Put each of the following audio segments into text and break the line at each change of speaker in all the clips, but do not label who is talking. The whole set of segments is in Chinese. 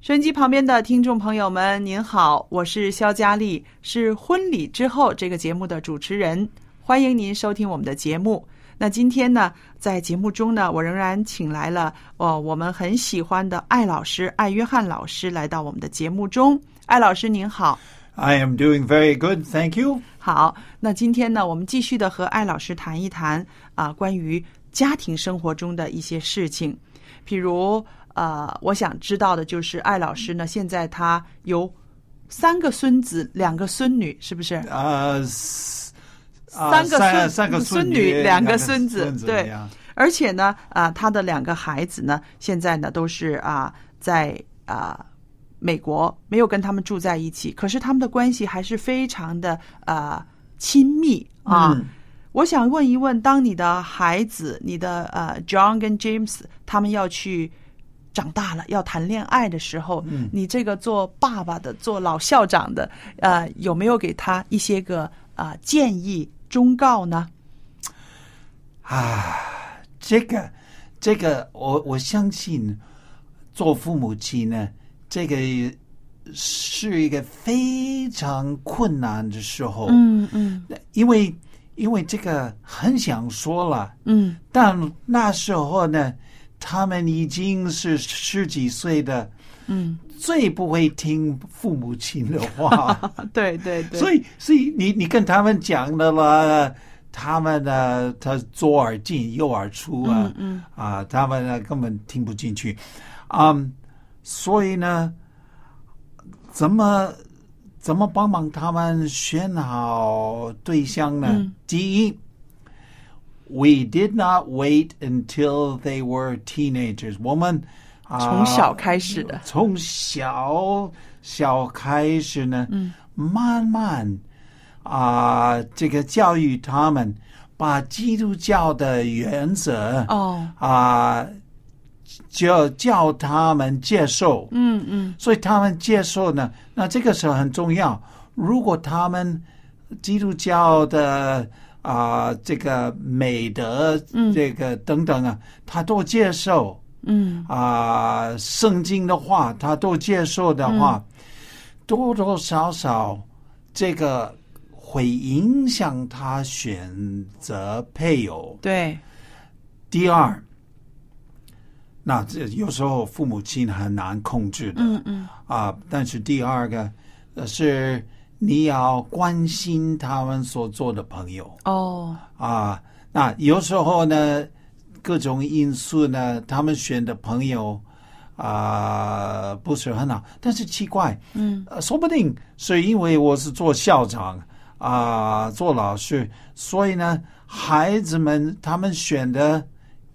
收音机旁边的听众朋友们，您好，我是肖佳丽，是《婚礼之后》这个节目的主持人，欢迎您收听我们的节目。那今天呢，在节目中呢，我仍然请来了哦，我们很喜欢的艾老师，艾约翰老师来到我们的节目中。艾老师您好，
I am doing very good, thank you.
好，那今天呢，我们继续的和艾老师谈一谈啊、关于家庭生活中的一些事情，譬如呃，我想知道的就是艾老师呢，现在他有三个孙子，两个孙女，是不是？
呃，s- Uh, 啊
三个孙
三个
孙
女，
女两
两
个
个
孙子
子
对
呀
而且呢，啊、他的两个孩子呢，现在呢都是啊、在啊、美国，没有跟他们住在一起，可是他们的关系还是非常的啊亲密啊。
嗯
我想问一问，当你的孩子，你的呃 John 跟 James 他们要去长大了，要谈恋爱的时候，
嗯
你这个做爸爸的、做老校长的，呃，有没有给他一些个啊、呃建议、忠告呢？
啊，这个这个，我我相信做父母亲呢，这个是一个非常困难的时候，
嗯嗯
因为因为这个很想说了。
嗯
但那时候呢，他们已经是十几岁的，
嗯，
最不会听父母亲的话，
对对对，
所以所以你你跟他们讲的了，他们呢，他左耳进右耳出啊，
嗯嗯
啊，他们呢根本听不进去，啊、所以呢，怎么怎么帮忙他们选好对象呢？
嗯
第一，We did not wait until they were teenagers。我们啊，
从小开始的，
从小小开始呢，
嗯
慢慢啊、这个教育他们，把基督教的原则
哦，
啊、就叫他们接受。
嗯嗯
所以他们接受呢，那这个时候很重要。如果他们基督教的啊、这个美德，这个等等啊，他都接受
嗯
啊、圣经的话他都接受的话，多多少少这个会影响他选择配偶。
对，
第二，那这有时候父母亲很难控制的。
嗯嗯
啊，但是第二个呃是你要关心他们所做的朋友
哦，
啊。那有时候呢，各种因素呢，他们选的朋友啊、不是很好，但是奇怪，
嗯
呃说不定是因为我是做校长啊、做老师，所以呢，孩子们他们选的，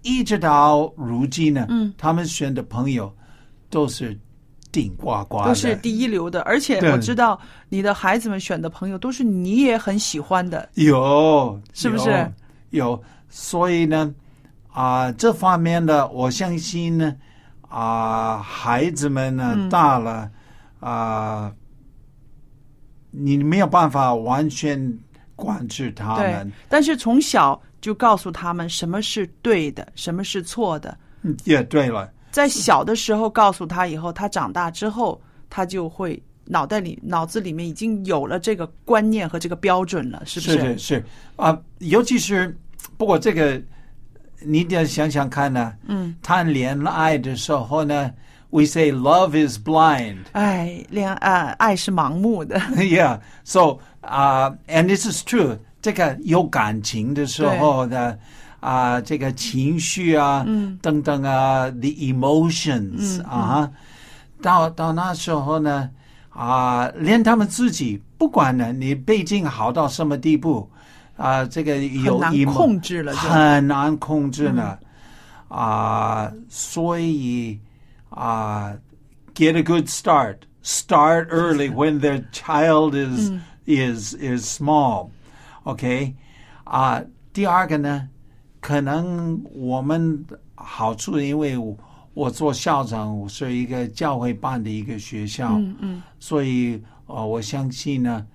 一直到如今呢，
嗯，
他们选的朋友都是顶呱呱的，
都是第一流的，而且
对
我知道你的孩子们选的朋友都是你也很喜欢的，
有，
是不
有
是？
有，所以呢，啊、这方面的我相信呢，啊、孩子们呢、
嗯
大了啊、你没有办法完全管制他
对
们，，
但是从小就告诉他们什么是对的，什么是错的。
嗯也对了，
在小的时候告诉他以后，他长大之后，他就会脑袋里、脑子里面已经有了这个观念和这个标准了，是不
是是是啊、尤其是不过这个你得想想看呢、
嗯，
谈恋爱的时候呢，we say love is blind。
哎，恋爱爱是盲目 的，
yeah. So, uh, and this is true. 这个有感情的时候呢，啊、这个情绪啊，
嗯
等等啊，the emotions
嗯
啊，到到那时候呢，啊、连他们自己，不管呢，你背景好到什么地步，啊、这个有
很难
emo-
控制了就嗯
很难控制呢，啊、所以啊。get a good start. Start early when their child is
嗯
is is small. OK，啊、第二个呢，可能我们好处，因为我我做校长，我是一个教会办的一个学校，
嗯嗯，
所以呃，我相信呢。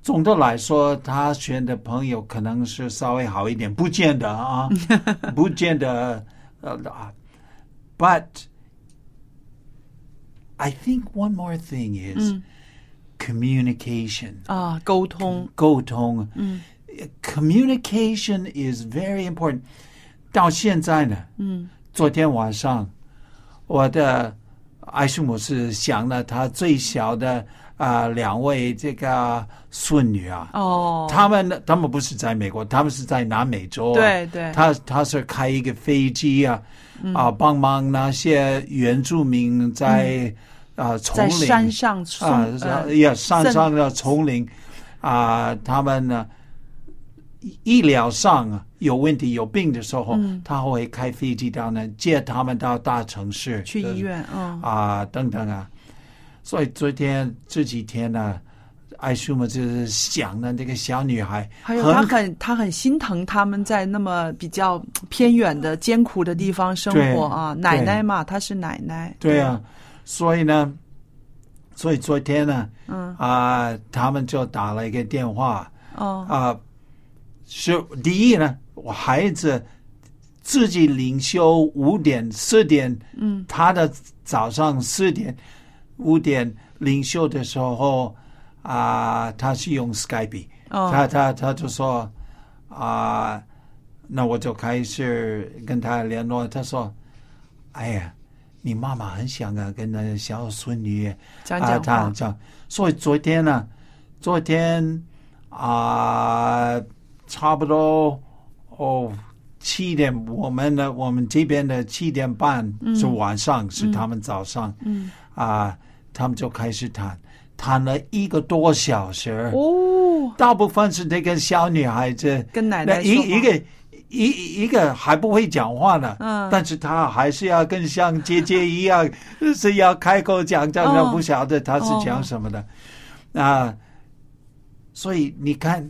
总的来说，他选的朋友可能是稍微好一点，不见得啊，不见得呃啊，but I think one more thing is
嗯
communication.
啊，沟通，
沟通。
嗯
Communication is very important. 到现在呢，
嗯
昨天晚上，我的艾斯姆是想了他最小的啊、两位这个孙女啊，
哦，
他们他们不是在美国，他们是在南美洲、啊。
对嗯对
他他是开一个飞机啊，啊，帮忙那些原住民在啊、丛
嗯在
林
山上送
啊，
呃
也山
森
上的丛林啊，他们呢医医疗上啊有问题、有病的时候，
嗯
他会开飞机到呢接他们到大城市
去医院，嗯
啊等等啊。所以昨天这几天呢、艾舒姆就是想呢，这个小女孩
还有他
很
很他很心疼他们在那么比较偏远的艰苦的地方生活啊，
对
奶奶嘛，她是奶奶。
对啊，所以呢，所以昨天呢
嗯，
啊、他们就打了一个电话，
哦，
啊、是第一呢，我孩子自己领休五点四点，
嗯，
他的早上四点五点领休的时候啊、他是用 Skype，、
哦
他他他就说啊、那我就开始跟他联络，他说，哎呀。你妈妈很想啊，跟那小孙女
讲
啊，
讲
他
话，
讲，所以昨天呢、昨天啊、差不多哦七点，我们的我们这边的七点半是晚上，是他们早上
嗯，
啊、他们就开始谈，谈了一个多小时，
哦，
大部分是那个小女孩子，
跟奶
那
奶
一
说话
一个。一一个还不会讲话呢，
嗯
但是他还是要跟像姐姐一样， 是要开口讲讲，
哦
他不晓得他是讲什么的，啊，所以你看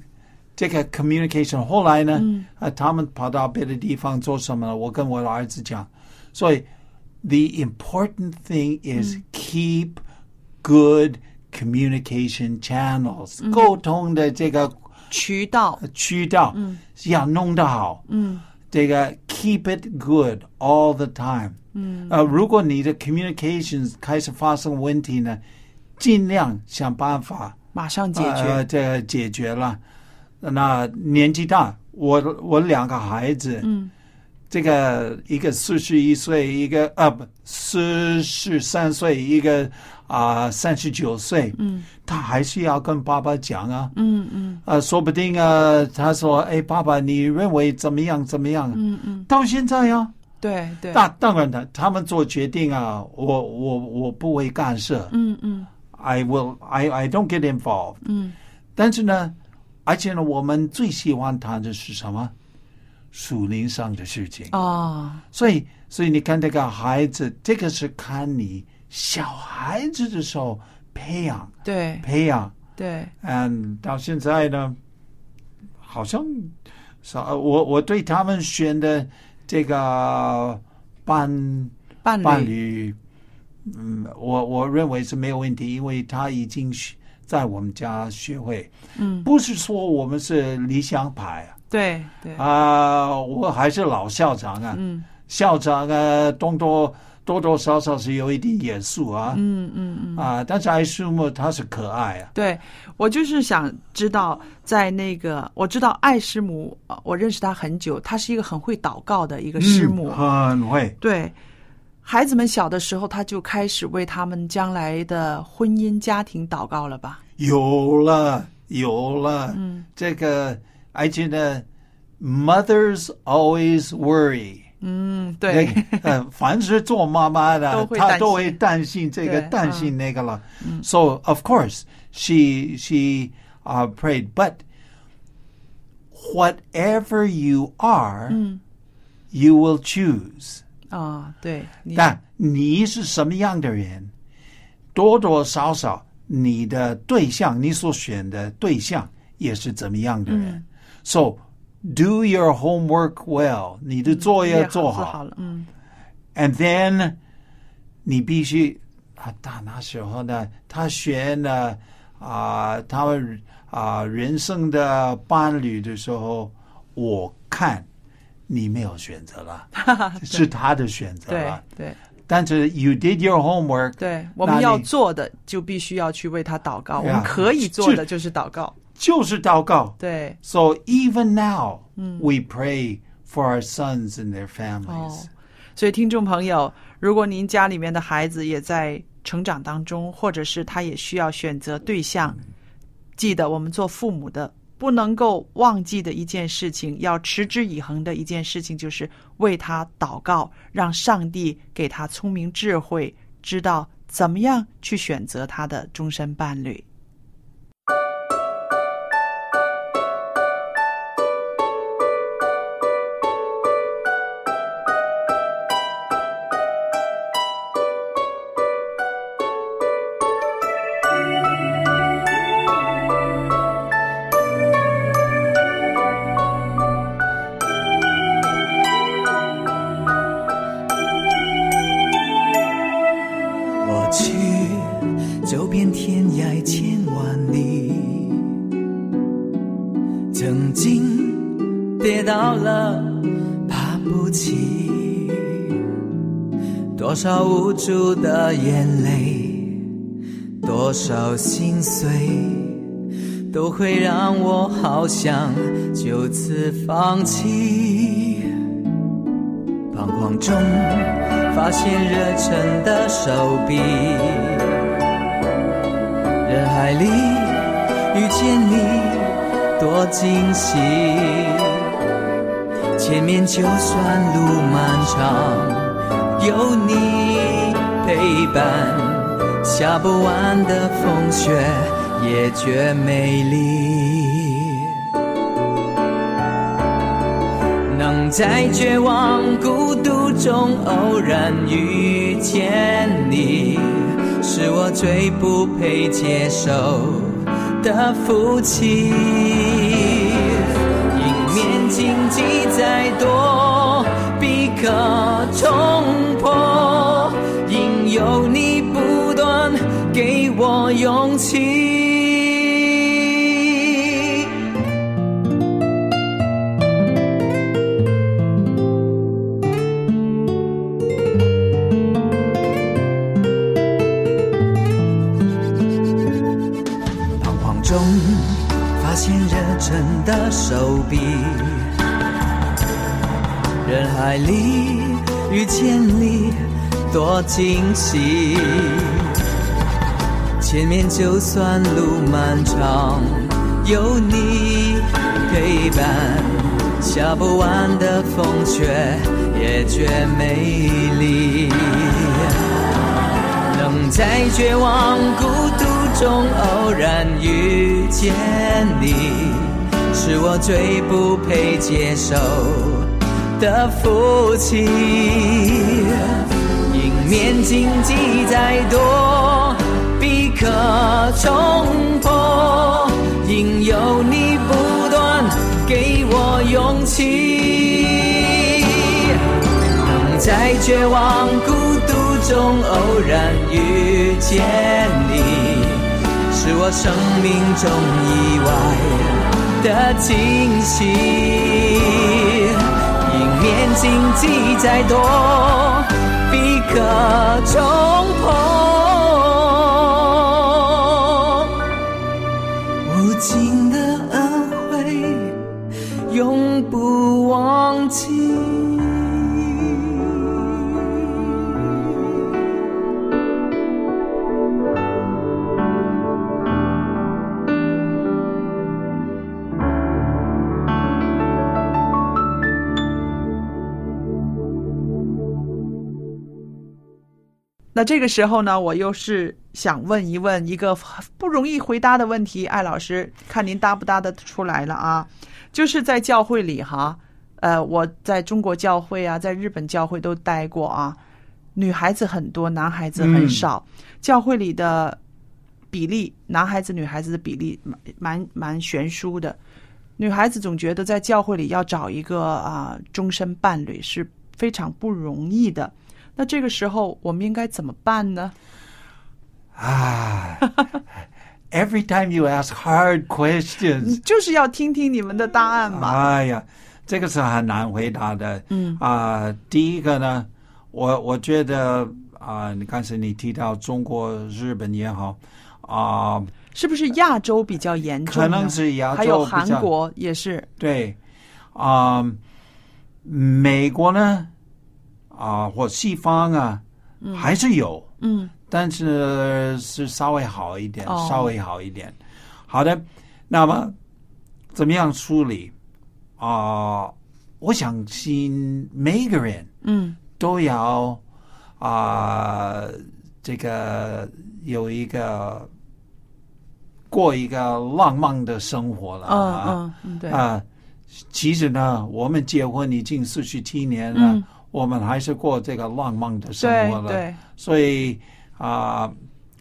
这个 communication，后来呢，
嗯
啊，他们跑到别的地方做什么了？我跟我的儿子讲，所以 the important thing is
嗯
keep good communication channels，、沟
嗯
通的这个
渠道，
渠道，
嗯
呃要弄得好。
嗯
这个 keep it good all the time。
嗯，
呃，如果你的 communications 开始发生问题呢，尽量想办法
马上解
呃、
决，
这个解决了。那年纪大，我我两个孩子，
嗯
这个一个四十一岁，一个啊不四十三岁，一个啊三十九岁，
嗯
他还是要跟爸爸讲啊。
嗯嗯
啊，说不定啊，他说：“哎，爸爸，你认为怎么样？怎么样？”
嗯嗯，
到现在呀、
对对，
那当然的，他们做决定啊，我我我不会干涉、
嗯嗯
i will I I don't get involved。
嗯，
但是呢，而且呢，我们最喜欢谈的是什么？属灵上的事情。
啊，
所以，所以你看这个孩子，这个是看你小孩子的时候培养
对
培养。
对，
嗯，到现在呢，好像呃少我我对他们选的这个班
伴侣，
伴侣，嗯，我我认为是没有问题，因为他已经学在我们家学会，
嗯，
不是说我们是理想派啊，
对对，
啊、我还是老校长啊，
嗯
校长啊，多多多多少少是有一点严肃啊，
嗯嗯嗯，
啊，但是艾树木他是可爱啊，
对我就是想知道，在那个我知道艾师母，呃我认识她很久，她是一个很会祷告的一个师母，
嗯、很会，
对。孩子们小的时候，她就开始为他们将来的婚姻家庭祷告了吧？
有了有了，
嗯
这个而且呢，mothers always worry。
嗯，对，
那个呃， 凡是做妈妈
都
的，
会担
她
心
都会担心这个，
对
担心那个了。So of course she she uh, prayed, but whatever you are,
嗯
you will choose.
啊、 对，你
但你是什么样的人，多多少少你的对象，你所选的对象也是怎么样的
嗯
人。So do your homework well，你的作业做
好
好。
好了，嗯
And then，你必须啊，打那时候呢，他选了啊，他们啊人生的伴侣的时候，我看你没有选 择了，是他的选择
对
了。
对
但是 you did your homework，
对，我们
那
要
你哎
做的就必须要去为他祷告，我们
呀
可以做
就
的就是祷告，
就是祷告。
对，
So even now, we pray for our sons and their
哦
families.，
所以听众朋友，如果您家里面的孩子也在成长当中，或者是他也需要选择对象，记得我们做父母的不能够忘记的一件事情，要持之以恒的一件事情，就是为他祷告，让上帝给他聪明智慧，知道怎么样去选择他的终身伴侣。
我去走遍天涯千万里，曾经跌倒了，爬不起，多少无助的眼泪，多少心碎，都会让我好想就此放弃。彷徨中发现热忱的手臂，人海里遇见你，多惊喜。前面就算路漫长，有你陪伴，下不完的风雪也觉美丽。能在绝望、孤独中偶然遇见你，是我最不配接受的福气。迎面荆棘再多，必可冲破，因有你不断给我勇气。彷徨中发现热忱的手臂，人海里遇见你，多惊喜。前面就算路漫长，有你陪伴，下不完的风雪也觉美丽。能在绝望、孤独中偶然遇见你，是我最不配接受的福气。迎面荆棘再多，必可冲破，因有你不断给我勇气。能在在绝望孤独中偶然遇见你，是我生命中意外的惊喜。迎面荆棘再多，必可冲破。无尽的恩惠，永不忘记。
那这个时候呢，我又是想问一问一个不容易回答的问题，艾老师，看您答不答得出来了啊？就是在教会里哈，呃，我在中国教会啊，在日本教会都待过啊，女孩子很多，男孩子很少，教会里的比例，男孩子女孩子的比例蛮蛮蛮悬殊的。女孩子总觉得在教会里要找一个啊、终身伴侣是非常不容易的。那这个时候我们应该怎么办呢？
Ah, every time you ask hard
你
questions，
就是要听听你们的答案嘛。
哎呀，这个是很难回答的。嗯啊、第一个呢，我我觉得啊、你刚才你提到中国、日本也好啊、
是不是亚洲比较严重呢？
可能是亚洲
还有
比较
韩国也是。
对，啊、美国呢，啊、或西方啊，还是有，
嗯，
但是是稍微好一点，
哦
稍微好一点。好的，那么怎么样处理？啊、我相信每个人
嗯
都要啊、这个有一个过一个浪漫的生活了啊。
嗯嗯，对，
啊，其实呢，我们结婚已经四十七年了，
嗯
我们还是过这个浪漫的生活
对
了。
对
所以啊、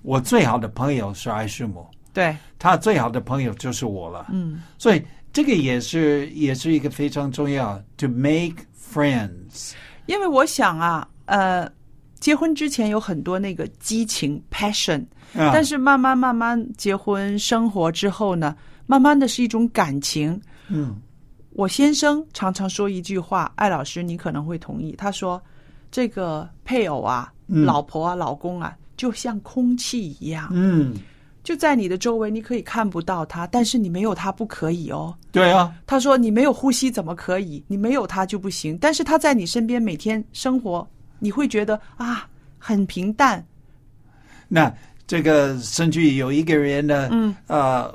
我最好的朋友是艾师母，
对，
他最好的朋友就是我了。
嗯
所以这个也是也是一个非常重要，to make friends。
因为我想啊，呃，结婚之前有很多那个激情 passion，
啊、
但是慢慢慢慢结婚生活之后呢，慢慢的是一种感情。
嗯，
我先生常常说一句话，艾老师你可能会同意，他说这个配偶啊、
嗯
老婆啊、老公啊，就像空气一样，
嗯，
就在你的周围，你可以看不到他，但是你没有他不可以哦。
对啊，
他说你没有呼吸怎么可以？你没有他就不行。但是他在你身边每天生活，你会觉得啊很平淡，
那这个甚至有一个人呢，
嗯，
呃，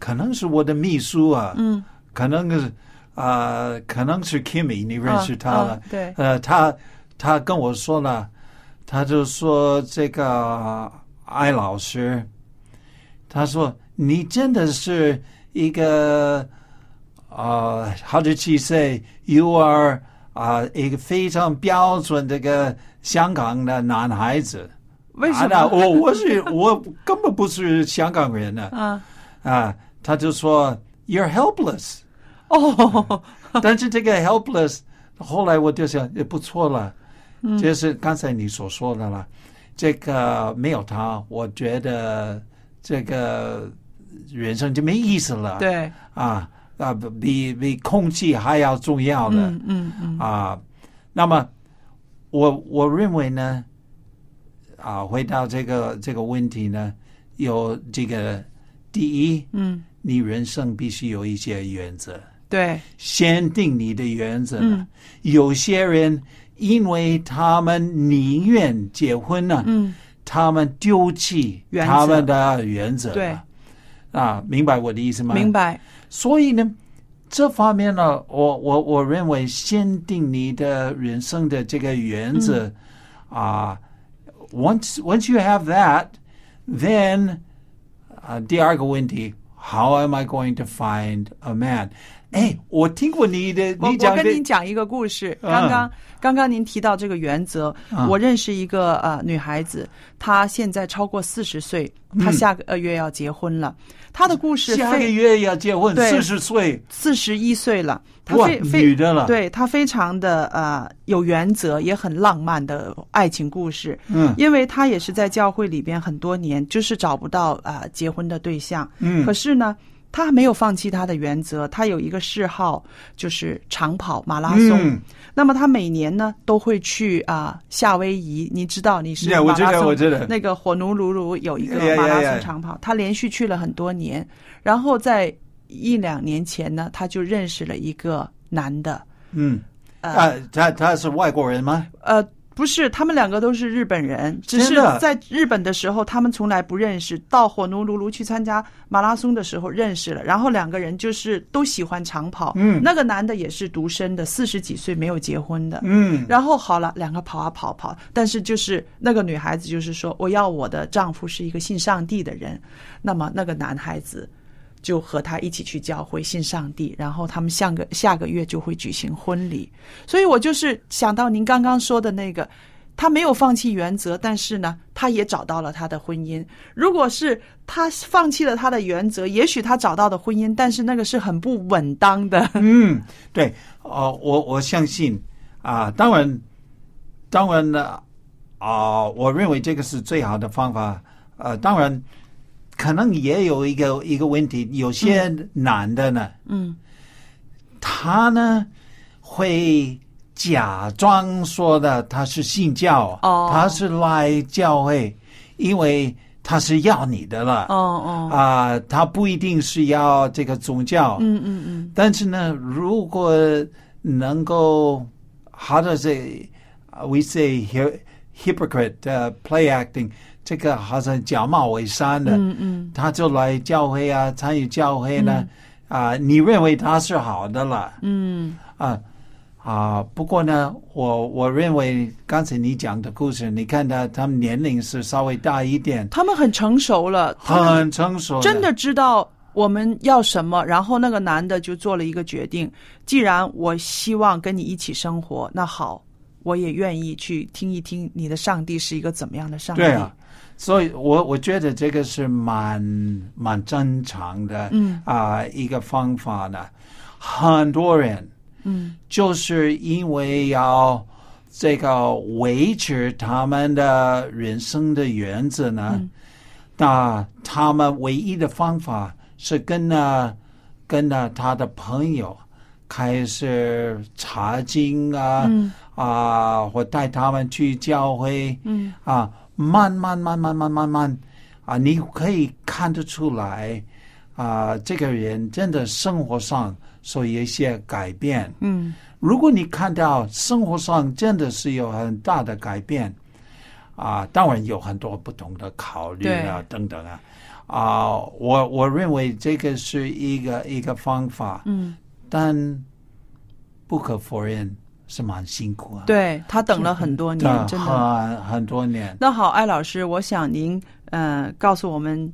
可能是我的秘书啊，
嗯，
可能是呃，可能是 Kimmy，你认识他
啊
了，
啊对
呃，他他跟我说了，他就说这个艾老师，他说你真的是一个呃，how did she say？You are 啊、一个非常标准的一个香港的男孩子。
为什
啊、那
么？
我我是我根本不是香港人呢
啊
啊！他就说 You're helpless，
哦，
但是这个 helpless，后来我就想也不错了，
嗯
就是刚才你所说的了，这个没有他，我觉得这个人生就没意思了。
对，
啊啊，比比空气还要重要了。
嗯嗯嗯，
啊，那么我我认为呢，啊，回到这个这个问题呢，有这个第一，
嗯，
你人生必须有一些原则，
对，
先定你的原则呢。
嗯
有些人因为他们宁愿结婚呢，
嗯，
他们丢弃
原则
他们的原则，
对，
啊，明白我的意思吗？
明白，
所以呢，这方面呢，我我我认为先定你的人生的这个原则
嗯
啊、o n c e once you have that，then 啊、第二个问题，How am I going to find a man？哎，我听过你的，
我
你
我
讲
跟您
的，
讲一个故事，
啊
刚刚刚刚您提到这个原则，
啊
我认识一个呃女孩子，她现在超过四十岁，她下个呃月要结婚了，她的故事
嗯下个
非
月要结婚，
对
四十岁，
四十一岁了，她
哇
非，
女
非
的了，，
对她非常的呃有原则，也很浪漫的爱情故事，
嗯
因为她也是在教会里边很多年，就是找不到啊、呃结婚的对象，
嗯
可是呢，他没有放弃他的原则，他有一个嗜好就是长跑马拉松。
嗯，
那么他每年呢都会去啊、夏威夷，你知道你是
呀我
马
知
拉
道
松
我知道
那个火奴鲁鲁有一个
呀呀
马拉
呀
松长跑，他连续去了很多年，然后在一两年前呢，他就认识了一个男的，
嗯，
呃
啊，他他是外国人吗？
呃，不是，他们两个都是日本人，只
真
是
的
在日本的时候他们从来不认识，到火奴卢卢去参加马拉松的时候认识了，然后两个人就是都喜欢长跑，
嗯
那个男的也是独身的，四十几岁没有结婚的，
嗯，
然后好了，两个跑啊跑跑，但是就是那个女孩子就是说，我要我的丈夫是一个信上帝的人，那么那个男孩子就和她一起去教会信上帝，然后他们下个下个月就会举行婚礼。所以我就是想到您刚刚说的那个，他没有放弃原则，但是呢，他也找到了他的婚姻。如果是他放弃了他的原则，也许他找到的婚姻，但是那个是很不稳当的。
嗯，对，哦、我我相信啊、当然，当然呢，啊、我认为这个是最好的方法。呃，当然，可能也有一个一个问题，有些男的呢，
嗯
他呢会假装说的他是信教，
哦
他是来教会，因为他是要你的了
哦
啊、
哦，
他不一定是要这个宗教，
嗯嗯嗯，
但是呢，如果能够 how does it we say hy- hypocrite、play uh, acting 这个好像假冒伪善的，
嗯嗯
他就来教会啊，参与教会呢，啊、你认为他是好的了
嗯
啊啊，不过呢，我我认为刚才你讲的故事，你看他他们年龄是稍微大一点，
他们很成熟了，他们
很成熟，
真的知道我们要什么，然后那个男的就做了一个决定：既然我希望跟你一起生活，那好，我也愿意去听一听你的上帝是一个怎么样的上帝。
对啊，所以我我觉得这个是蛮蛮正常的，
嗯
啊、一个方法呢。很多人
嗯
就是因为要这个维持他们的人生的原则呢，
嗯
那他们唯一的方法是跟呢跟呢他的朋友开始查经啊。
嗯
啊，我带他们去教会，
嗯
啊，慢慢慢慢慢慢慢，啊，你可以看得出来，啊，这个人真的生活上所有一些改变。
嗯
如果你看到生活上真的是有很大的改变，啊，当然有很多不同的考虑啊，等等啊，啊，我我认为这个是一个一个方法，
嗯，
但不可否认是蛮辛苦啊。
对他等了很多年，真的。
很很多年。
那好，艾老师，我想您呃告诉我们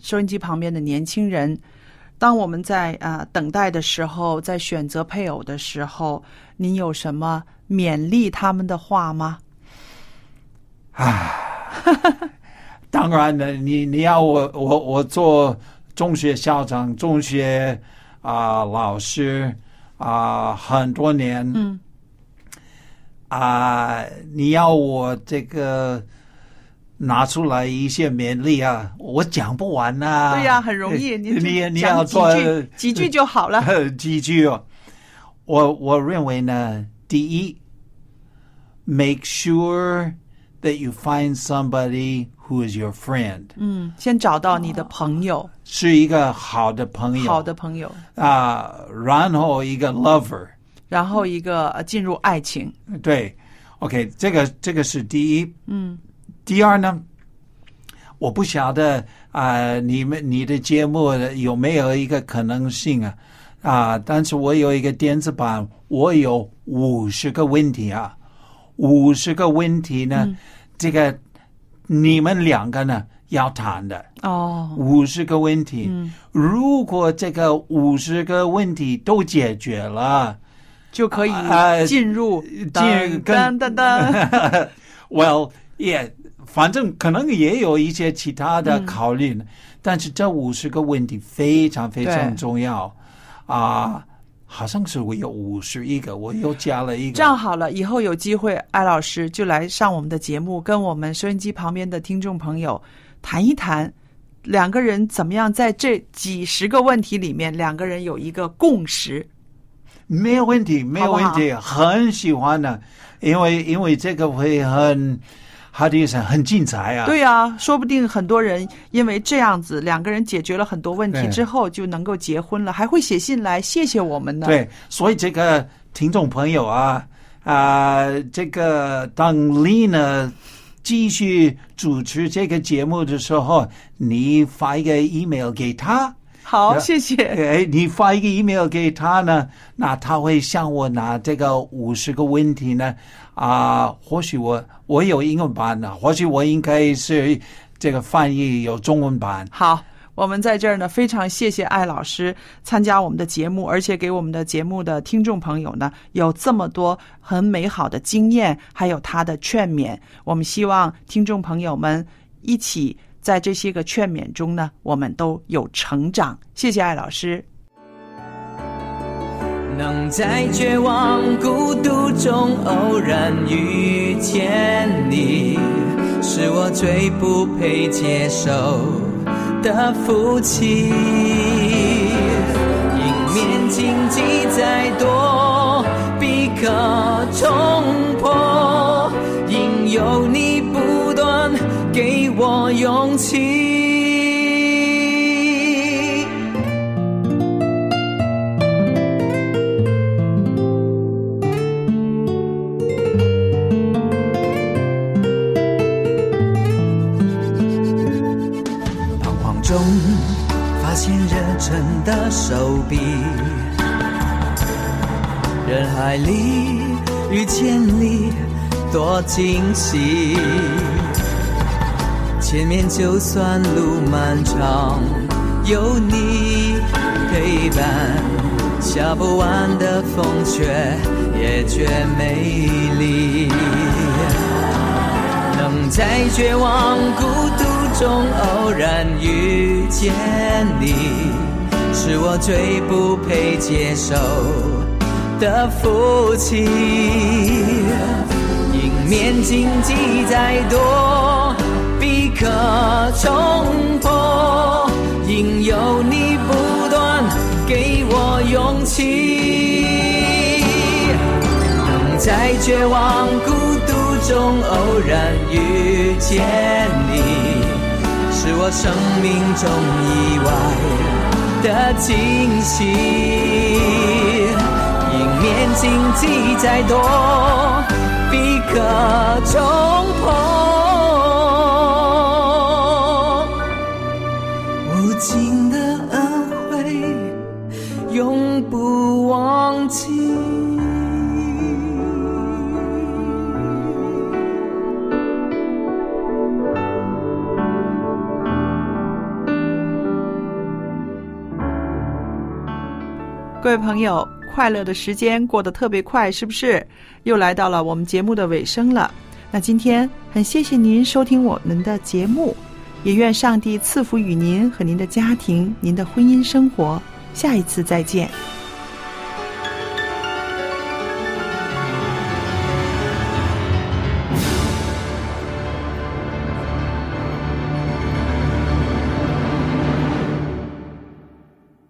收音机旁边的年轻人，当我们在啊、呃等待的时候，在选择配偶的时候，您有什么勉励他们的话吗？
当然了，你你要我我我做中学校长、中学啊、老师啊、很多年，
嗯
啊、你要我这个拿出来一些勉励啊，我讲不完呐、
对呀、很容易，
你
您就
你你
讲
要
几
做
句几句就好了。
几句哦。我我认为呢，第一，make sure that you find somebody who is your friend，
嗯，哦先找到你的朋友，
是一个好的朋友，
好的朋友，
啊、然后一个 lover，
然后一个呃进入爱情。
对，OK，这个这个是第一。
嗯
第二呢，我不晓得啊、你们你的节目有没有一个可能性啊？啊、但是我有一个电子版，我有五十个问题
嗯
啊，五十个问题呢，这个你们两个呢要谈的
哦，
五十个问题。
嗯，
如果这个五十个问题都解决了
就可以
呃
啊进入
进
噔
跟
噔噔，
，Well，也、反正可能也有一些其他的
嗯
考虑呢，但是这五十个问题非常非常
对
重要啊、好像是我有五十一个，我又加了一个。
这样好了，以后有机会，艾老师就来上我们的节目，跟我们收音机旁边的听众朋友谈一谈，两个人怎么样在这几十个问题里面，两个人有一个共识。
没有问题，没有问题，很喜欢的、因为因为这个会很，how do you say，很精彩啊。
对呀、说不定很多人因为这样子，两个人解决了很多问题
对
之后，就能够结婚了，还会写信来谢谢我们呢。，
对，所以这个听众朋友啊啊、这个当 Lina 继续主持这个节目的时候，你发一个 email 给他。
好，
对
谢谢。
哎，你发一个 email 给他呢，那他会向我拿这个五十个问题呢，啊、或许我我有英文版的，或许我应该是这个翻译有中文版。
好，我们在这儿呢，非常谢谢艾老师参加我们的节目，而且给我们的节目的听众朋友呢，有这么多很美好的经验，还有他的劝勉。我们希望听众朋友们一起在这些个劝勉中呢，我们都有成长。谢谢艾老师。
能在绝望、孤独中偶然遇见你，是我最不配接受的福气。迎面荆棘再多，必可冲破，因有你不断给我勇气。彷徨中发现热忱的手臂，人海里遇见你，多惊喜！前面就算路漫长，有你陪伴，下不完的风雪也觉美丽。能在绝望、孤独中偶然遇见你，是我最不配接受的福气。迎面荆棘再多，必可冲破，因有你不断给我勇气。能在绝望、孤独中偶然遇见你，是我生命中意外的惊喜。迎面荆棘再多，必可冲破。无尽的恩惠。永不忘记。
各位朋友，快乐的时间过得特别快，是不是？又来到了我们节目的尾声了。那今天很谢谢您收听我们的节目，也愿上帝赐福与您和您的家庭、您的婚姻生活。下一次再见。